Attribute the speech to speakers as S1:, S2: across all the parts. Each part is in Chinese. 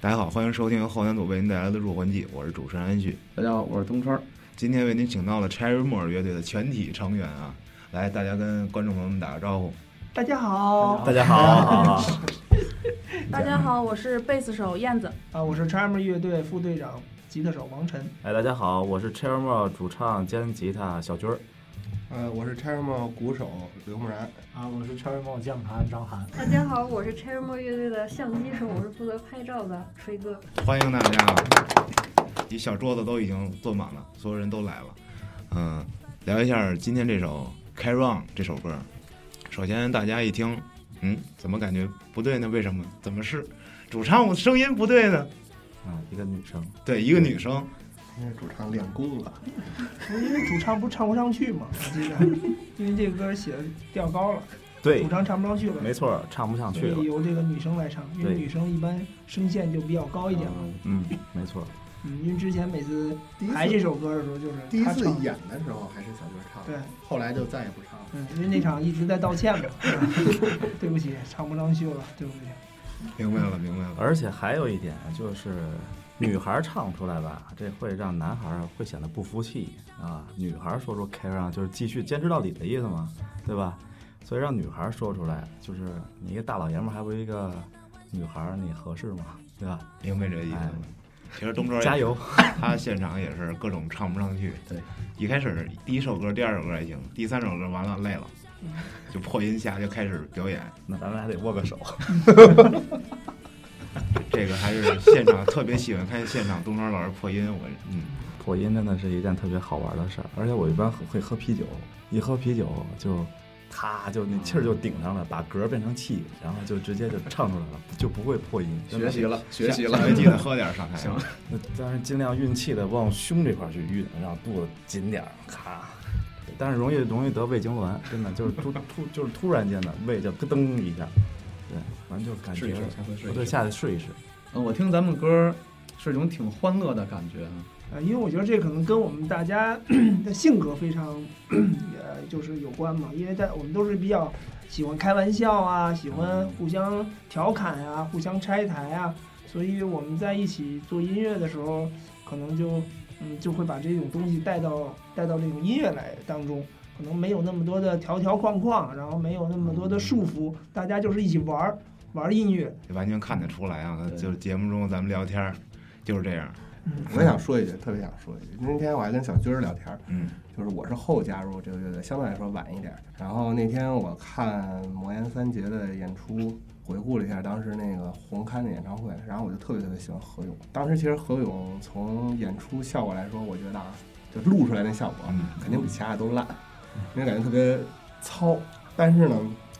S1: 大家好，欢迎收听由后端组为您带来的《入魂记》，我是主持人安旭。
S2: 大家好，我是东川。
S1: 今天为您请到了 Cherry Moore 乐队的全体成员啊，来，大家跟观众朋友们打个招呼。
S3: 大家好，
S4: 大家好，
S5: 大家好，我是贝斯手燕子。
S3: 啊，我是 Charm 乐队副队长、吉他手王晨。
S4: 哎，大家好，我是 c h e r m o 主唱兼吉他小军儿。
S6: 呃，我是 Chermo 鼓手刘木然，
S7: 啊，我是 Cherry Mo 键盘张涵。
S8: 大家好，我是 Cherry Mo 乐队的相机手，我是负责拍照的锤哥。
S1: 欢迎大家啊！一小桌子都已经坐满了，所有人都来了。嗯，聊一下今天这首《Carry On》这首歌。首先，大家一听，嗯，怎么感觉不对呢？为什么？怎么是主唱我声音不对呢？
S4: 啊，一个女生，
S1: 对，一个女生。
S6: 因为主唱练功了。
S3: 不是因为主唱不唱不上去嘛， 我记得，因为这个歌写的调高了，
S4: 对
S3: 主，唱唱不上去了，
S4: 没错儿，唱不上
S3: 所
S4: 去了
S3: 以。由这个女生来唱，因为
S4: 对
S3: 女生一般声线就比较高一点嘛。
S4: 嗯，没错儿，
S3: 嗯，因为之前每次
S6: 第
S3: 排这
S6: 一次
S3: 首歌的时候，就是
S6: 第一
S3: 她
S6: 次
S3: 唱，
S6: 演的时候还是小军唱，
S3: 对，
S6: 后来就再也不唱了。
S3: 嗯，因为那场一直在道歉嘛， 对不起，唱不上去了，对不起。
S1: 明白了，明白了。
S4: 而且还有一点啊就是，女孩儿唱不出来吧，这会让男孩儿会显得不服气啊。女孩儿说出 “carry on” 就是继续坚持到底的意思嘛，对吧？所以让女孩儿说出来，就是你一个大老爷们儿，还不如一个女孩儿，你合适吗？对吧？
S1: 明白这意思
S6: 嗯
S1: 了。
S6: 哎
S1: 其实东
S2: 哎
S1: 周也
S4: 加油！
S1: 他现场也是各种唱不上去。
S4: 对，
S1: 一开始第一首歌、第二首歌还行，第三首歌完了累了，就破音下就开始表演。
S4: 那咱们还得握个手。
S1: 这个还是现场特别喜欢看现场东川老师破音，我嗯，
S4: 破音真的是一件特别好玩的事儿，而且我一般很会喝啤酒，一喝啤酒就，咔就那气儿就顶上了，把嗝变成气，然后就直接就唱出来了，就不会破音。真的
S2: 学习了，学习了
S1: 下。回记得喝点上台。
S2: 行
S4: 那当然尽量运气的往胸这块儿去运，让肚子紧点儿，咔。但是容易容易得胃痉挛，真的就是突突就是突然间的胃就咯噔一下，对，反正就感
S2: 试
S4: 觉
S2: 一试，下回试
S4: 不对，
S2: 一试。
S4: 下去试一试。
S2: 嗯，我听咱们歌儿是一种挺欢乐的感觉啊。
S3: 呃，因为我觉得这可能跟我们大家 的性格非常 呃，就是有关嘛。因为在我们都是比较喜欢开玩笑啊，喜欢互相调侃呀、互相拆台啊，所以我们在一起做音乐的时候，可能就嗯就会把这种东西带到带到这种音乐来当中。可能没有那么多的条条框框，然后没有那么多的束缚，大家就是一起玩儿玩儿音乐。
S1: 完全看得出来啊，
S2: 对
S1: 就是节目中咱们聊天儿就是这样，
S6: 我想说一句，特别想说一句，那天我还跟小军儿聊天儿，
S1: 嗯，
S6: 就是我是后加入这个乐队，相对来说晚一点儿。然后那天我看魔岩三杰的演出，回顾了一下当时那个红磡的演唱会，然后我就特别特别喜欢何勇。当时其实何勇从演出效果来说，我觉得啊，就录出来那效果
S1: 嗯
S6: 肯定比其他的都烂，因为感觉特别糙。但是呢，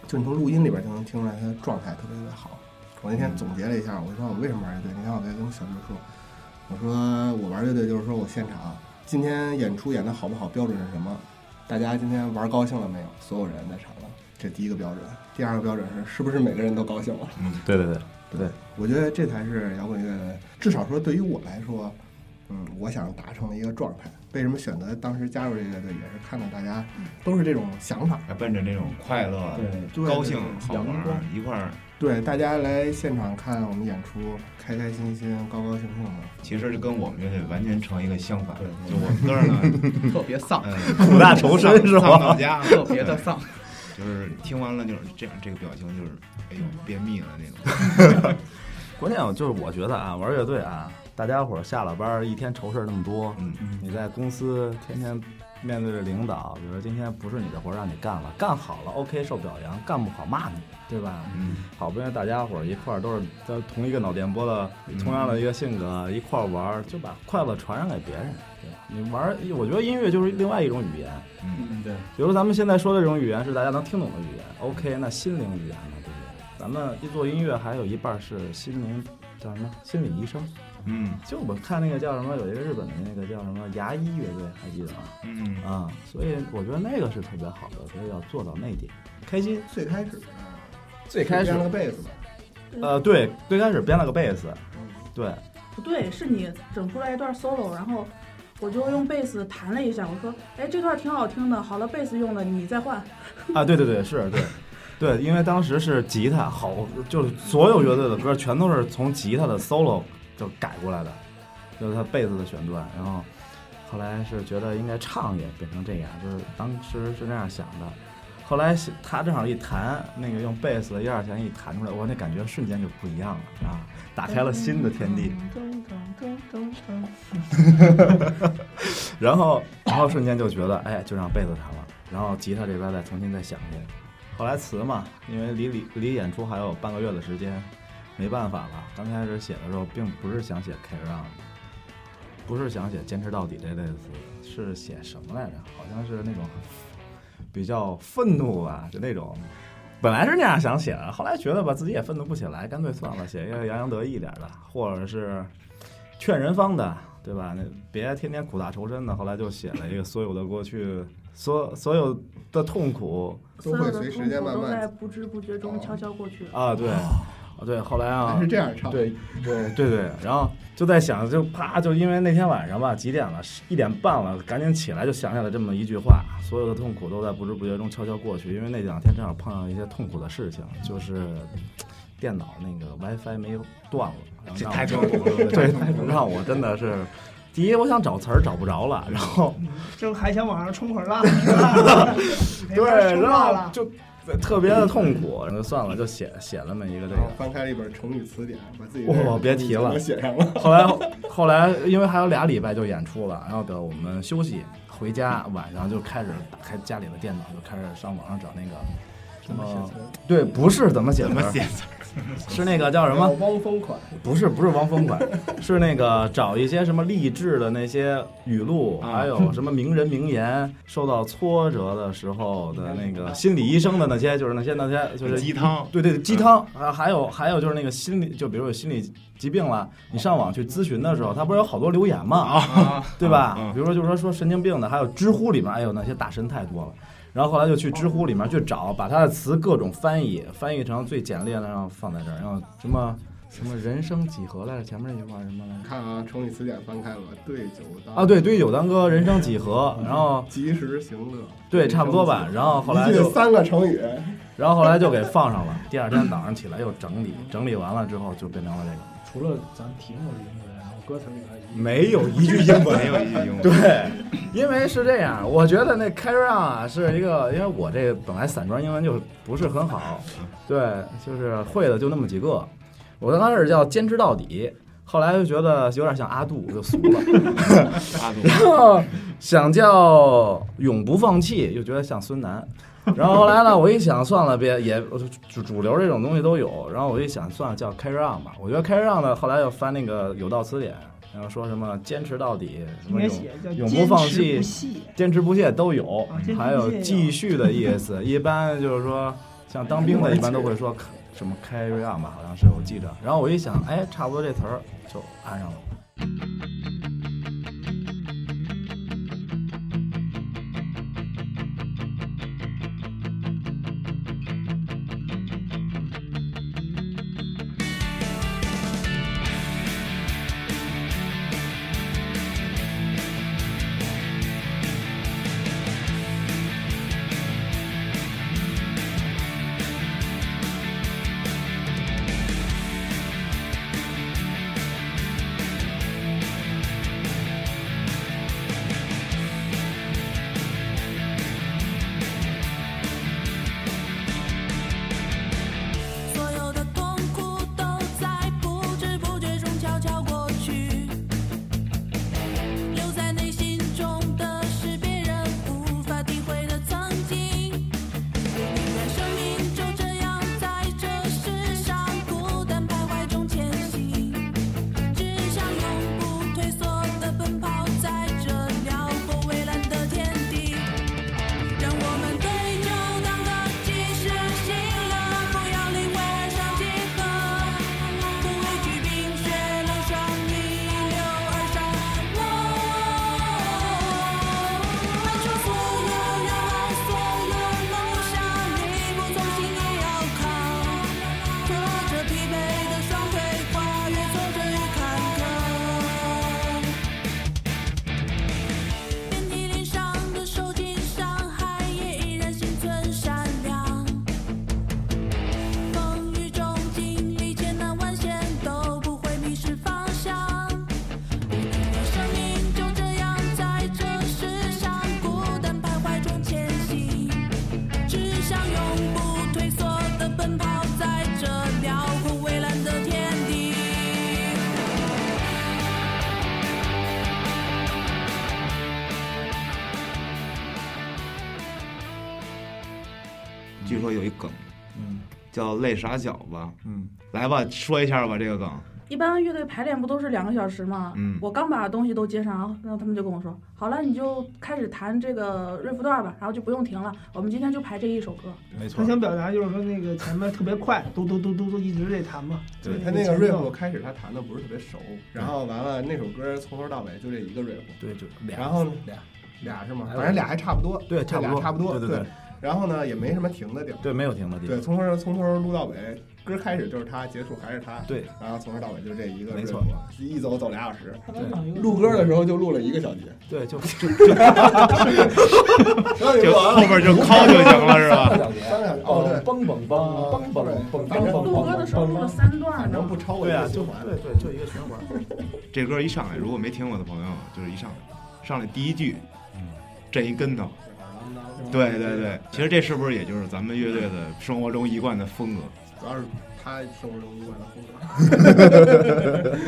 S6: 就你从录音里边就能听出来他的状态特别特别好。我那天总结了一下，我说我为什么玩乐队？那天我在跟小刘说，我说我玩乐队就是说我现场今天演出演的好不好，标准是什么？大家今天玩高兴了没有？所有人在场上，这第一个标准。第二个标准是是不是每个人都高兴了？
S4: 对对对，
S6: 我觉得这才是摇滚乐的，至少说对于我来说，嗯，我想达成的一个状态。为什么选择当时加入这个乐队，也是看到大家都是这种想法，
S1: 还奔着这种快乐、
S6: 对
S1: 高兴
S6: 对对、
S1: 好玩
S6: 阳
S1: 儿
S6: 光
S1: 一块儿。
S6: 对大家来现场看我们演出，开开心心、高高兴兴的。
S1: 其实就跟我们乐队完全成一个相反，
S2: 对
S1: 就我们这儿呢，
S2: 特别丧，
S1: 嗯，
S4: 苦大仇深是
S1: 丧
S4: 吧？
S1: 到 家了，
S2: 特别的丧。
S1: 就是听完了就是这样，这个表情就是，哎呦，便秘了那 种。
S4: 关键就是我觉得啊，玩乐队啊，大家伙儿下了班儿一天愁事儿那么多，
S1: 嗯，
S4: 你在公司天天面对着领导，比如说今天不是你的活儿让你干了，干好了 OK 受表扬，干不好骂你，对吧？
S1: 嗯，
S4: 好不容易大家伙儿一块儿都是在同一个脑电波的
S1: 嗯，
S4: 同样的一个性格，一块儿玩儿，就把快乐传染给别人，对吧？你玩儿，我觉得音乐就是另外一种语言，
S1: 嗯，
S2: 嗯，对，
S4: 比如说咱们现在说的这种语言是大家能听懂的语言，OK，那心灵语言呢，对不对？咱们一做音乐还有一半儿是心灵叫什么心理医生。
S1: 嗯
S4: 就我看那个叫什么，有一个日本的那个叫什么牙医乐队，还记得吗？
S1: 嗯，
S4: 啊、所以我觉得那个是特别好的，所以要做到那一点，开心。
S6: 最开始
S4: 最
S6: 编了个贝斯吧，
S4: 呃，对，最开始编了个贝斯，对，
S5: 不对，是你整出来一段 solo，然后我就用贝斯弹了一下，我说，哎，这段挺好听的，好了，贝斯用了，你再换。
S4: 啊，对对对，是对，对，因为当时是吉他，好，就是所有乐队的歌全都是从吉他的 solo 就改过来的，就是它贝斯的旋转，然后后来是觉得应该唱也变成这样，就是当时是这样想的。后来是他正好一弹，那个用贝斯一二弦一弹出来，哇，那感觉瞬间就不一样了啊，打开了新的天地。 然后，然后瞬间就觉得，哎，就让贝斯弹了，然后吉他这边再重新再想去。后来词嘛，因为离离离演出还有半个月的时间，没办法了。刚开始写的时候，并不是想写 Carry On，不是想写坚持到底这类的词，是写什么来着？好像是那种比较愤怒吧，就那种。本来是那样想写的，后来觉得吧，自己也愤怒不起来，干脆算了，写一个洋洋得意一点的，或者是劝人方的，对吧？那别天天苦大仇深的。后来就写了一个所有的过去，所所有的痛苦
S6: 都
S5: 所有
S6: 会
S5: 的
S6: 随时
S5: 痛
S6: 间
S5: 苦
S6: 慢
S5: 都在
S6: 慢哦
S5: 不知不觉中悄悄过去。
S4: 啊，对，啊对，后来啊
S6: 是，这样唱。
S4: 对，对对对，然后就在想，就啪，就因为那天晚上吧，几点了，十一点半了，赶紧起来就想起来这么一句话：所有的痛苦都在不知不觉中悄悄过去。因为那两天正好碰上一些痛苦的事情，就是电脑那个 WiFi 没有断了，然后
S1: 这
S4: 让
S1: 太
S4: 我
S1: 痛苦了，
S4: 对，让我真的是，第一我想找词儿找不着了，然后
S3: 正还想往上冲会儿浪，是吧没法
S4: 对，
S3: 冲
S4: 然
S3: 浪
S4: 后
S3: 了。
S4: 就特别的痛苦，然后算了，就写写了那么一个这
S6: 然
S3: 哦
S6: 后
S4: 个。
S6: 翻开了一本成语词典，把自己
S4: 哇
S6: 的
S4: 别提了
S6: 都写上了。
S4: 后来后来因为还有俩礼拜就演出了，然后等我们休息回家，晚上就开始打开家里的电脑，就开始上网上找那个啊 什么对，不是怎么写
S1: 怎么
S4: 的，
S1: 写词儿？
S4: 是那个叫什
S6: 然后
S4: 么？
S6: 汪峰款，
S4: 不是不是汪峰款，是那个找一些什么励志的那些语录，
S1: 啊
S4: 还有什么名人名言，受到挫折的时候的那个心理医生的那些，就是那些那些就是
S1: 鸡汤，
S4: 对对，鸡汤啊，还有还有就是那个心理，就比如有心理疾病了，你上网去咨询的时候，它不是有好多留言嘛， 对吧？
S1: 嗯
S4: 比如说就是说说神经病的，还有知乎里面，哎呦那些大神太多了。然后后来就去知乎里面去找，把他的词各种翻译，翻译成最简练的，然后放在这儿，然后什么什么人生几何来着？前面那句话是什么来着？
S6: 看啊，成语词典翻开了，对酒当
S4: 啊，对，对酒当歌，人生几何？然后
S6: 及时行乐。
S4: 对，差不多吧。然后后来
S6: 一
S4: 就
S6: 句三个成语，
S4: 然后后来就给放上了。第二天早上起来又整理，整理完了之后就变成了这个。
S7: 除了咱题目是英文，然后歌词里边一
S4: 没有一句英
S1: 没
S4: 文。
S1: 有一句英文。
S4: 对，因为是这样，我觉得那 Carry On 啊是一个，因为我这个本来散装英文就不是很好，对，就是会的就那么几个。我刚开始叫坚持到底，后来就觉得有点像阿杜，就俗了。
S1: 阿 杜
S4: 然后想叫永不放弃，又觉得像孙 楠。然后后来呢，我一想，算了，别也主主流这种东西都有。然后我一想，算了，叫 Carry On 吧。我觉得 Carry On 呢，后来又翻那个有道词典，然后说什么坚持到底，什
S3: 应
S4: 么
S3: 该
S4: 永
S3: 写叫
S4: 永
S3: 坚
S4: 不放
S3: 持
S4: 弃
S3: 不懈，
S4: 坚持不懈都有
S3: 啊坚持，不懈
S4: 还有继续的意思。一般就是说，像当兵的，一般都会说什么 Carry On 吧，好像是我记着。然后我一想，哎，差不多这词儿就安上了。
S9: 我
S1: 据说有一梗
S4: 嗯
S1: 叫“累傻小子
S4: 嗯”，
S1: 来吧，说一下吧，这个梗。
S5: 一般乐队排练不都是两个小时吗？
S1: 嗯
S5: 我刚把东西都接上，然后然后他们就跟我说：“好了，你就开始弹这个 riff 段吧，然后就不用停了，我们今天就排这一首歌。
S4: 没
S3: 他
S4: 错，
S3: 想表达就是说那个前面特别快，嘟嘟嘟嘟嘟一直这弹嘛。
S4: 对嗯
S6: 他那个 riff 开始他弹的不是特别熟，然后完了那首歌从头到尾就这一个 riff，
S4: 对，就俩，
S6: 然后呢
S4: 俩，
S6: 俩是吗？
S4: 哎
S6: 反正俩还差不多，
S4: 对，
S6: 这
S4: 差不
S6: 俩
S4: 多，
S6: 差不多，
S4: 对对，
S6: 然后呢也没什么停的地儿，
S4: 对，没有停的地
S6: 对，
S4: 方，
S6: 从头从头录到尾，歌开始就是他，结束还是他，
S4: 对，
S6: 然后从头到尾就这一个，
S4: 没错，
S6: 一走走俩小时。
S7: 他们弄一个
S6: 录歌的时候就录了一个小节，
S4: 对，就 就就
S6: 然后
S1: 就后边就敲就行了，是
S7: 三
S1: 吧？
S7: 个小节，
S6: 三个小节
S7: 哦
S6: 哦对
S7: 蹦蹦蹦蹦蹦蹦
S6: 反正
S7: 蹦蹦”
S5: 录歌的时候录了
S7: 蹦，
S5: 三段
S6: 反
S5: 呢
S6: 正，不超过一
S4: 对啊，
S6: 个
S4: 就
S6: 循环。
S4: 对对，就一个循环，
S1: 这歌一上来，如果没听过的朋友，就是一上来，上来第一句，
S4: 嗯
S1: 震一跟头。对对对，其实这是不是也就是咱们乐队的生活中一贯的风格？
S6: 主要是他生活中一贯的 风格，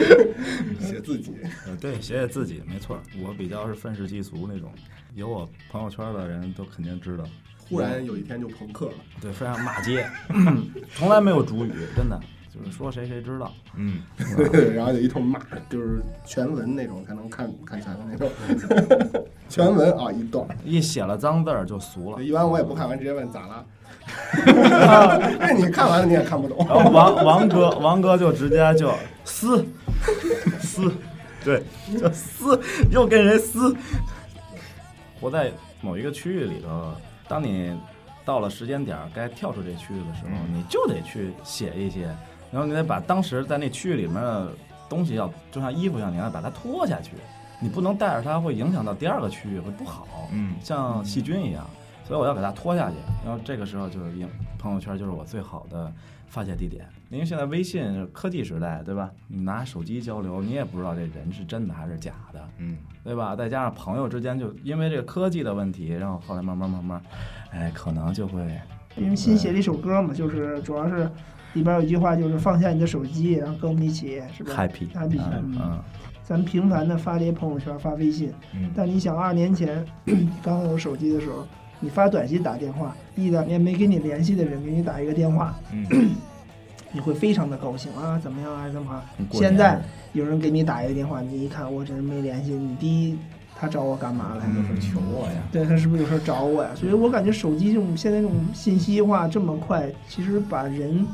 S6: 写自己。
S4: 呃，对，写写自己，没错，我比较是愤世嫉俗那种，有我朋友圈的人都肯定知道，
S6: 忽然有一天就朋克了，
S4: 对，非常骂街， 从来没有主语，真的就是说谁谁知道，
S1: 嗯，
S6: 然后就一通骂，就是全文那种才能看看全的那种， 全文啊一段。
S4: 一写了脏字儿就俗了。
S6: 一般我也不看完，直接问 咋了。那你看完了你也看不懂，
S4: 然后王王哥，王哥就直接就撕撕，对，就撕，又跟人撕。活在某一个区域里头，当你到了时间点儿该跳出这区域的时候，
S1: 嗯
S4: 你就得去写一些，然后你得把当时在那区域里面的东西要，就像衣服一样，你要把它脱下去，你不能带着它会影响到第二个区域，会不好。
S1: 嗯
S4: 像细菌一样，所以我要给它拖下去。然后这个时候就是影朋友圈就是我最好的发泄地点，因为现在微信是科技时代，对吧？你拿手机交流，你也不知道这人是真的还是假的，
S1: 嗯，
S4: 对吧？再加上朋友之间就因为这个科技的问题，然后后来慢慢慢慢，哎，可能就会
S3: 因为新写了一首歌嘛，就是主要是里边有一句话就是放下你的手机，然后跟我们一起，是吧？
S4: happy，
S3: happy，
S4: 嗯嗯，
S3: 咱们频繁的发这些朋友圈、发微信，
S1: 嗯
S3: 但你想，二年前 你刚有手机的时候，你发短信、打电话，一两年没跟你联系的人给你打一个电话，
S1: 嗯
S3: 你会非常的高兴啊，怎么样啊，怎么好？
S4: 过年
S3: 现在有人给你打一个电话，你一看，我真是没联系，你第一他找我干嘛来？
S1: 嗯，
S7: 求我呀！
S3: 对他是不是有事儿找我呀？啊所以我感觉手机这种现在这种信息化这么快，其实把人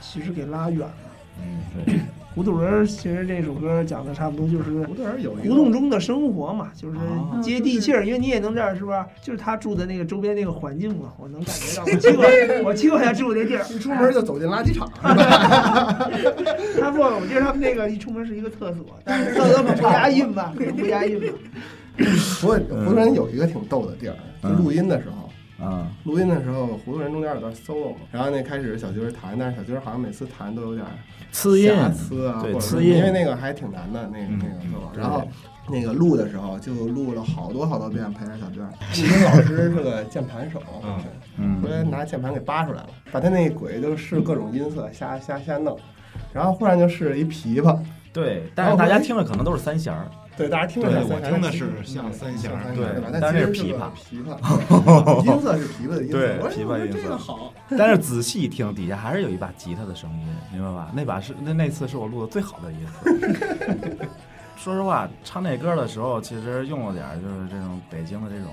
S3: 其实给拉远了。
S1: 嗯
S4: 对，
S3: 胡同人其实这首歌讲的差不多就是
S6: 胡同儿有一
S3: 胡同中的生活嘛，就是
S4: 哦
S3: 接地气儿，因为你也能这样，是吧？就是他住的那个周边那个环境嘛，我能感觉到。我去过，我去过他住那地儿，
S6: 一出门就走进垃圾场，
S3: 他不，我觉得他们那个一出门是一个厕所，但是厕所可不押韵吧，可不押韵吧。
S6: 不过胡同人有一个挺逗的地儿，就录音的时候，
S4: 嗯，
S6: 录音的时候胡同人中间有段 solo 嘛，然后那开始小军儿弹，但是小军儿好像每次弹都有点
S4: 次音，
S6: 瑕疵啊，
S4: 对
S6: 或者
S4: 次
S6: 是
S4: 音
S6: 因为那个还挺难的那个
S1: 嗯
S6: 那个 solo，
S4: 对
S6: 然后。那个录的时候就录了好多好多遍，陪着 小娟儿。陆军老师是个键盘手，
S1: 嗯
S4: 嗯
S6: 回，来拿键盘给扒出来了，把他那鬼就试各种音色，瞎瞎瞎弄，然后忽然就试了一琵琶，
S4: 对，但是大家听着可能都是三弦儿，
S6: 对，大家听着
S1: 对
S6: 像三
S1: 我听
S6: 弦
S1: 的
S6: 但其实
S1: 是像三弦儿
S6: 对
S4: 对
S6: 吧？
S4: 但是
S6: 其实
S4: 琵
S6: 是个
S4: 琶
S6: 琵 琶，音色是琵琶的音色，
S4: 对
S6: 我说
S4: 琵琶
S6: 我说
S4: 音色
S6: 这个好，
S4: 但是仔细一听，底下还是有一把吉他的声音，明白吧？那把是那那次是我录的最好的一次。说实话，唱那歌的时候，其实用了点儿就是这种北京的这种，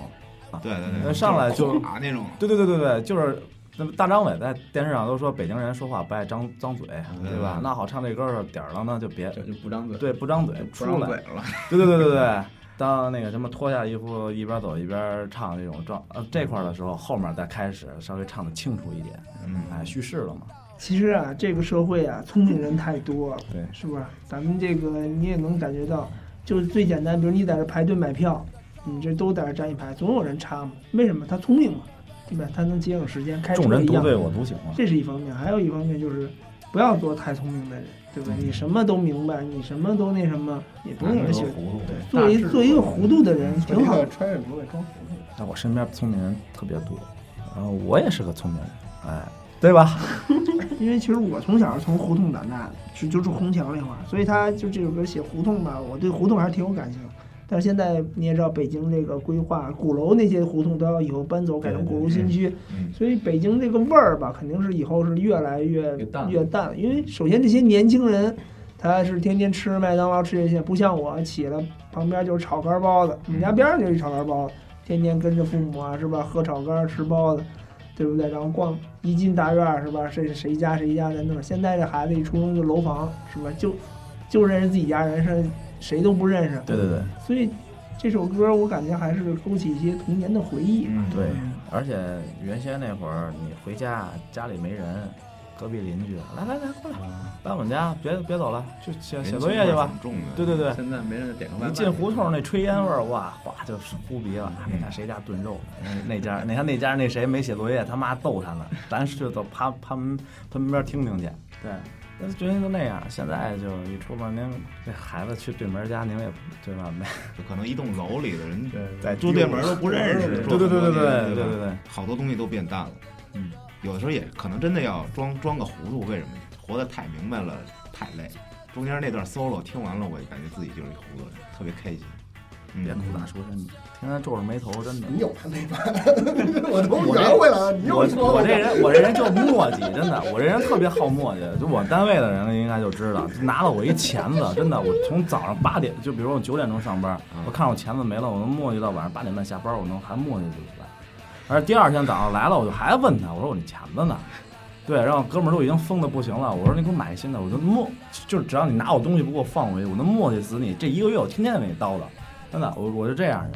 S1: 对对
S4: 那
S1: 对，
S4: 上来就
S1: 啊那种，
S4: 对对对对对，就是那么大张伟在电视上都说北京人说话不爱张张嘴，对吧？
S1: 嗯
S4: 那好，唱这歌的时候点儿了呢就别
S7: 这就不张嘴，
S4: 对不张嘴
S1: 不
S4: 出
S1: 让
S4: 来
S1: 嘴，了，
S4: 对对对对对。当那个什么脱下衣服一边走一边唱这种状呃这块儿的时候，后面再开始稍微唱的清楚一点，
S1: 嗯
S4: 哎，叙事了嘛，
S3: 其实啊，这个社会啊，聪明人太多了，
S4: 对
S3: 是吧？咱们这个你也能感觉到，就是最简单，比如你在这排队买票，你这都在这站一排，总有人插嘛。为什么？他聪明嘛，对吧？他能节省时间，开车
S4: 众人
S3: 一
S4: 独
S3: 样
S4: 醉我独醒嘛。
S3: 这是一方面，还有一方面就是不要做太聪明的人，对吧？你什么都明白，你什么都那什么，也不用有人喜欢。
S7: 糊涂，
S3: 做一做一个糊涂的人
S4: 嗯
S3: 挺好
S6: 我这个。穿越名卫装糊涂，
S4: 但我身边聪明人特别多，然后我也是个聪明人，哎，对吧？
S3: 因为其实我从小是从胡同长大的，就就住虹桥那块儿，所以他就这首歌写胡同吧，我对胡同还是挺有感情。但是现在你也知道，北京这个规划，鼓楼那些胡同都要以后搬走，改成鼓楼新区，
S1: 嗯
S3: 所以北京这个味儿吧，肯定是以后是越来越
S2: 越淡
S3: 越淡。因为首先这些年轻人，他是天天吃麦当劳吃这些，不像我起了旁边就是炒肝包子，我
S1: 嗯
S3: 们家边上就是炒肝包子，天天跟着父母啊是吧，喝炒肝吃包子，对不对？然后逛一进大院儿是吧，谁谁家谁家在那儿。现在这孩子一出生就楼房是吧，就就认识自己家人，剩下谁都不认识。
S4: 对对对
S3: 所以这首歌我感觉还是勾起一些童年的回忆。
S1: 嗯，
S4: 对，而且原先那会儿你回家家里没人，隔壁邻居来来来过来来我们家，别别走了，去写写作业去吧。，
S1: 重的，
S4: 对对对，
S2: 现在没人点个外卖。
S4: 一进胡同那吹烟味儿，哇，哗就是扑鼻了。你看谁家炖肉，那那家，你看那家那谁没写作业，他妈揍他呢。咱是走趴趴门旁边听听去。对，那昨天都那样，现在就一出门，您这孩子去对门家，您也对吧？没
S1: 就可能一栋楼里的人
S4: 在
S1: 住对门都不认识，
S4: 对对对对对
S1: 对
S4: 对对对，对，
S1: 好多东西都变淡了。
S4: 嗯，
S1: 有的时候也可能真的要装装个糊涂，为什么？活得太明白了，太累。中间那段 solo 听完了，我就感觉自己就是一糊涂人，特别开心。嗯
S4: 别哭大叔，真的，天天皱着眉头，真的。
S6: 你有完没 完？我都圆回来了，你
S4: 我
S6: 又说
S4: 我这
S6: 这
S4: 人我这人就磨叽，真的，我这人特别好磨叽。就我单位的人应该就知道，拿了我一钳子，真的，我从早上八点，就比如我九点钟上班，
S6: 嗯
S4: 我看我钳子没了，我能磨叽到晚上八点半下班，我能还磨叽出来。而第二天早上来了，我就还问他，我说我那钳子呢？对，然后哥们儿都已经疯的不行了，我说你给我买新的，我就磨，就是只要你拿我东西不给我放回去，我能磨叽死你。这一个月我天天给你叨叨，真的，我我就这样人。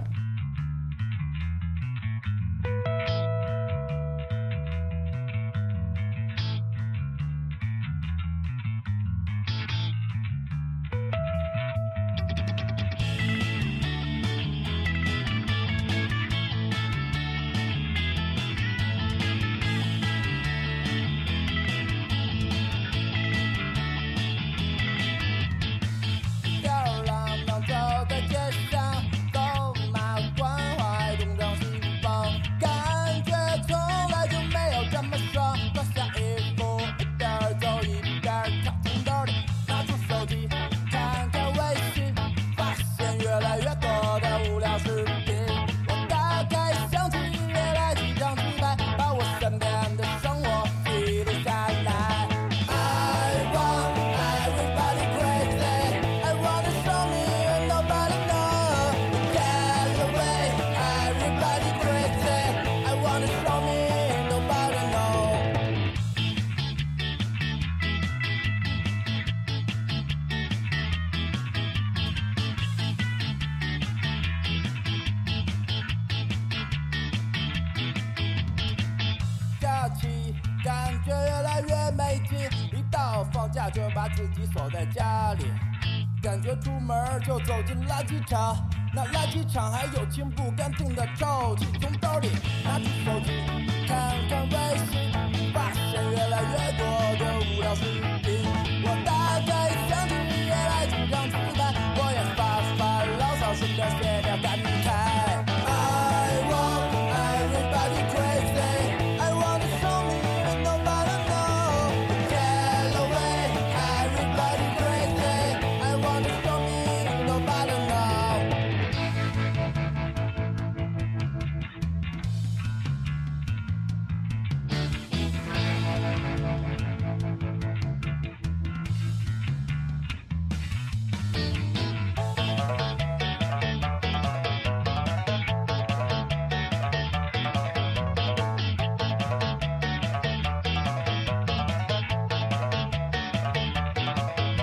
S9: 漂亮能走在街上，都满关怀，东张西望，感觉从来就没有这么爽。脱下衣服，一边走一边掏从兜里拿出手机，看看微信，发现越来越多的无聊视频。我大概想起未来几张自拍，把我身边的生活记录下来。I want everybody crazy. I wanna show me and nobody knows. Get away, everybody crazy. I wanna show me and nobody knows.假期感觉越来越没劲，一到放假就把自己锁在家里，感觉出门就走进垃圾场，那垃圾场还有清不干净的臭气，从兜里拿出手机看看微信，发现越来越多的无聊视频，我大概想起越来几张自拍，我也发发牢骚，顺便写点感慨。I want everybody crazy. I wanna show me that nobody knows. Get away, everybody crazy. I wanna show me that nobody knows.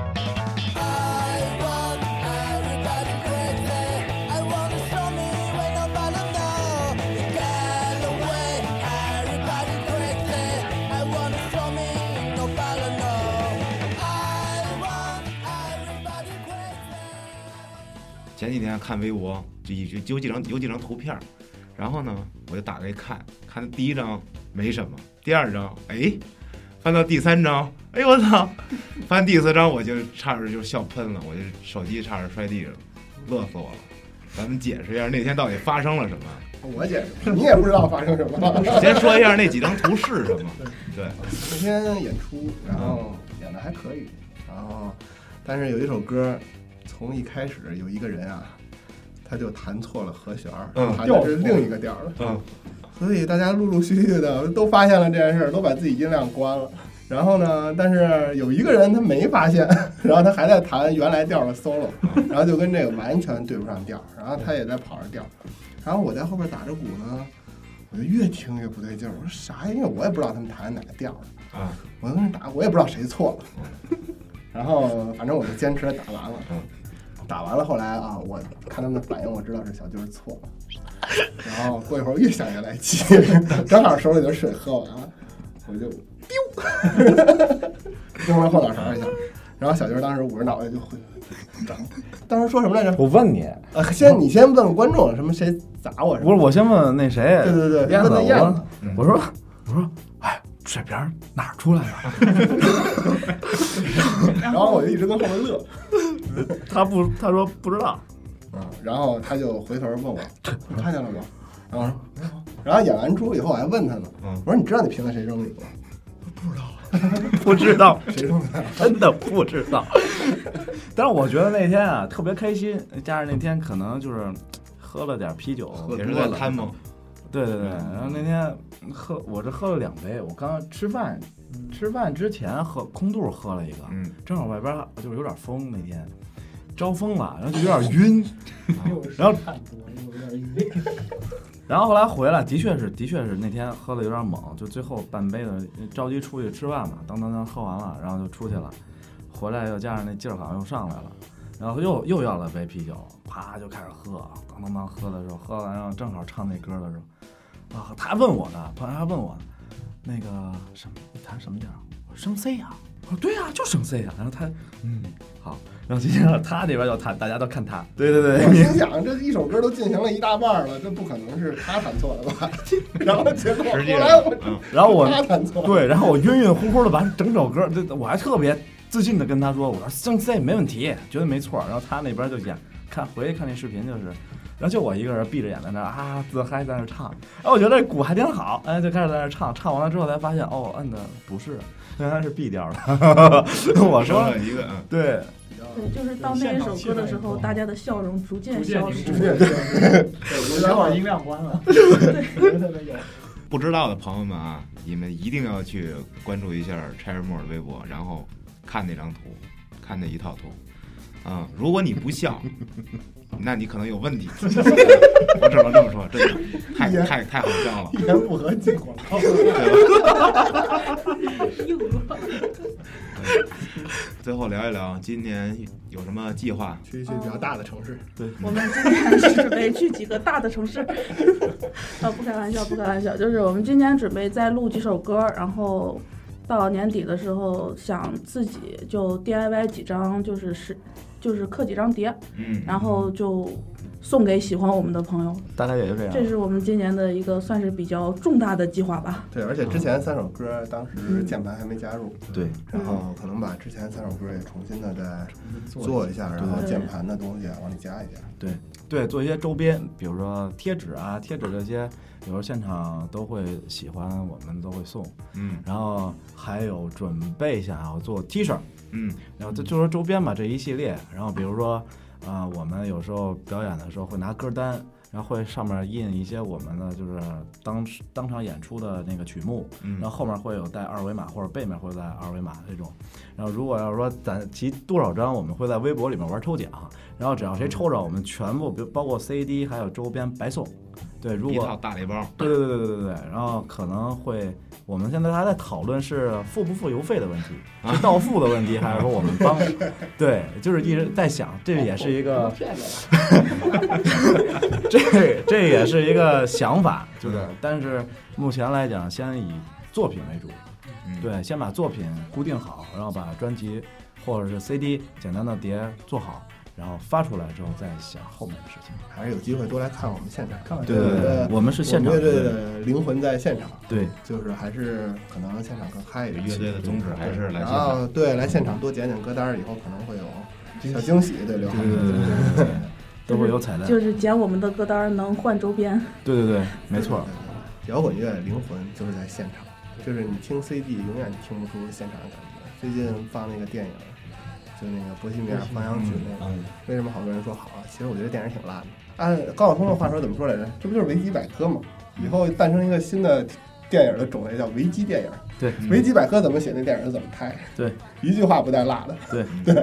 S9: I want everybody crazy. I wanna show me when nobody knows. Get away, everybody crazy. I wanna show me nobody knows. I want everybody crazy.
S1: 前几天看微博，就有有几张有几张图片儿，然后呢，我就打开看，看第一张没什么，第二张哎，翻到第三张，哎呦我操，翻第四张我就差点就笑喷了，我就手机差点摔地上，乐死我了。咱们解释一下那天到底发生了什么，
S6: 我解释，你也不知道发生什 么。
S1: 先说一下那几张图是什么。
S4: 嗯
S1: 对，
S6: 那天演出，然后演的还可以，然后但是有一首歌，从一开始有一个人啊，他就弹错了和弦儿，
S1: 嗯
S6: 弹的是另一个调儿了。
S1: 嗯，
S6: 所以大家陆陆续续的都发现了这件事儿，都把自己音量关了。然后呢，但是有一个人他没发现， 然后他还在弹原来调儿的 solo，然后就跟这个完全对不上调儿，然后他也在跑着调儿，然后我在后边打着鼓呢，我就越听越不对劲儿，我说啥呀？因为我也不知道他们弹哪个调儿的
S1: 啊，
S6: 我跟人打，我也不知道谁错了。 然后反正我就坚持地打完了，打完了后来啊，我看他们的反应，我知道是小舅儿错了。然后过一会儿越想越来气，正好手里的水喝完了，我就丢，扔到后脑勺一下。然后小舅当时捂着脑袋就回，当时说什么来着？
S4: 我问你，
S6: 呃，先你先问问观众，什么谁砸我什
S4: 不是
S6: 么？
S4: 我先问问那谁，
S6: 对对对
S4: 燕子，
S6: 问问
S4: 我
S6: 燕
S4: 问
S6: 子
S4: 我说我说，哎，水瓶儿哪儿出来的？
S6: 然后我就一直跟后面乐，
S4: 他不，他说不知道。
S6: 嗯，然后他就回头问我，你看见了吗？然后我说没有啊。然后演完出以后，我还问他呢，
S1: 嗯
S6: 我说你知道你瓶子谁扔你吗？
S4: 不知道，
S6: 谁扔的？
S4: 真的不知道。 但是我觉得那天啊特别开心，加上那天可能就是喝了点啤酒，
S1: 也是在摊嘛，
S4: 对对对。然后那天喝，我这喝了两杯，我刚吃饭，吃饭之前喝空肚喝了一个，
S1: 嗯，
S4: 正好外边儿就是有点风那天。招风了，然后就有点晕，然后然后后来回来，的确是，的确是那天喝的有点猛，就最后半杯的，着急出去吃饭嘛，当当当喝完了，然后就出去了，回来又加上那劲儿好像又上来了，然后又又要了杯啤酒，啪就开始喝，当当当喝的时候，喝完然后正好唱那歌的时候，啊，他还问我呢，朋友还问我，那个什么你弹什么调儿？我说升 C 呀、我说对呀、就升 C 呀、然后他，嗯，好，然后接着他那边就弹，大家都看他，对对对
S6: 我心想，这一首歌都进行了一大半了，这不可能是他弹错的吧？ 然后结果后
S1: 实际上
S6: 来我
S1: 嗯
S4: 然后我
S6: 他弹错了，
S4: 对，然后我晕晕乎乎的把整首歌，这我还特别自信的跟他说，我说生 C 没问题，绝对没错。然后他那边就演，看回去看那视频就是，然后就我一个人闭着眼在那儿啊自嗨在那儿唱，哎、我觉得这鼓还挺好，哎，就开始在那儿唱，唱完了之后才发现，哦，摁的不是，原来是 B 调的。我
S1: 说
S4: 说
S1: 了一个，嗯
S4: 对，
S5: 对，就是到那一首歌的时候，大家的笑容逐渐
S2: 逐渐
S5: 消
S2: 凝
S5: 失
S2: 固。
S6: 对对
S2: 我先把音量关了。
S1: 不知道的朋友们啊，你们一定要去关注一下 Cherry Moore 的微博，然后看那张图，看那一套图。啊、如果你不 笑，那你可能有问题。 我只能这么说，真的太太太好笑 了。
S6: 一言不合进广告。
S1: 最后聊一聊今年有什么计划？
S6: 去一去比较大的城市，
S5: 我们今年是准备去几个大的城市， 呃，不开玩笑，不开玩笑，就是我们今年准备再录几首歌，然后到年底的时候想自己就 DIY 几张，就是是就是刻几张碟，
S1: 嗯，
S5: 然后就送给喜欢我们的朋友。
S4: 大概也就这样。
S5: 这是我们今年的一个算是比较重大的计划吧。
S6: 对，而且之前三首歌当时键盘还没加入，
S4: 嗯对，嗯
S6: 然后可能把之前三首歌也重新的再做一下，然后键盘的东西啊往里加一加。
S4: 对，做一些周边，比如说贴纸啊，贴纸这些，有时候现场都会喜欢，我们都会送。
S1: 嗯
S4: 然后还有准备想要做 T 恤，
S1: 嗯
S4: 然后就就说周边吧这一系列，然后比如说，啊、我们有时候表演的时候会拿歌单，然后会上面印一些我们的就是当时当场演出的那个曲目，
S1: 嗯，
S4: 然后后面会有带二维码或者背面会有带二维码这种。然后如果要是说攒齐多少张，我们会在微博里面玩抽奖，然后只要谁抽着，我们全部比如包括 CD 还有周边白送。对，如
S1: 一
S4: 果
S1: 套大礼包。
S4: 对对对对对对，然后可能会，我们现在还在讨论是付不付邮费的问题，是到付的问题，还是说我们 帮？对，就是一直在想，这也是一个，这这也是一个想法，就是，但是目前来讲，先以作品为主，
S1: 嗯，
S4: 对，先把作品固定好，然后把专辑或者是 CD 简单的碟做好，然后发出来之后再想后面的事情。
S6: 还是有机会多来看我们现场，看看
S4: 对对对，我们是现场
S6: 乐队的灵魂在现场，
S4: 对。
S6: 就是还是可能现场更嗨一点。
S1: 乐队的宗旨还是来现
S6: 然
S1: 场。
S6: 后对来现场多捡捡歌单儿，以后可能会有小惊喜，对刘
S4: 对
S6: 海。
S4: 对对对对对，都会有彩蛋。
S5: 就是捡我们的歌单儿能换周边，
S4: 对对对，没错。
S6: 摇滚乐灵魂就是在现场，就是你听 CD 永远听不出现场的感觉。最近放那个电影《就那个《波西米亚狂想曲》那个。
S7: 嗯，
S6: 为什么好多人说好啊？其实我觉得电影挺烂的。按高晓松的话说怎么说来着？这不就是维基百科吗？以后诞生一个新的电影的种类叫维基电影。
S4: 对，
S6: 维基百科怎么写，那电影就怎么拍。
S4: 对，
S6: 一句话不带落的。
S4: 对
S6: 对。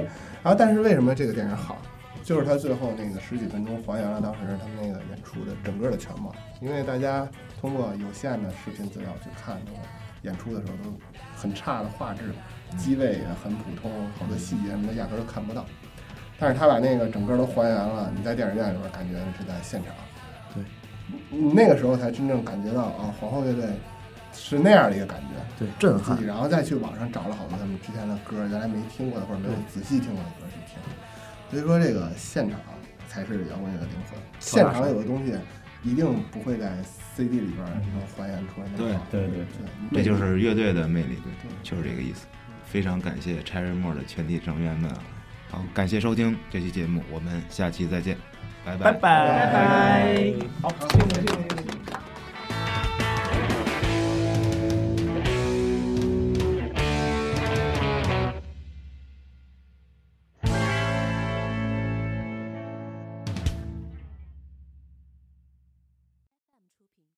S6: 然后，但是为什么这个电影好？就是它最后那个十几分钟还原了当时他们那个演出的整个的全貌，因为大家通过有限的视频资料去看那个演出的时候都很差的画质，机位也很普通，好多细节什么的压根儿都看不到。但是他把那个整个都还原了，你在电影院里边感觉是在现场。
S4: 对，
S6: 你那个时候才真正感觉到啊，皇后乐队是那样的一个感觉。
S4: 对，震
S6: 自
S4: 撼
S6: 己，，然后再去网上找了好多他们之前的歌，原来没听过的或者没有仔细听过的歌去听。所以说，这个现场才是摇滚乐的灵魂。现场有的东西一定不会在 CD 里边
S4: 嗯
S6: 能还原出来那么好。
S7: 对对对
S6: 嗯对
S1: 这就是乐队的魅力，对
S6: 对，
S1: 就是这个意思。非常感谢 Cherry Moore 的全体成员们啊，好，感谢收听这期节目，我们下期再见，拜拜
S4: 拜。
S5: 拜拜。
S3: 好，谢谢谢谢谢谢。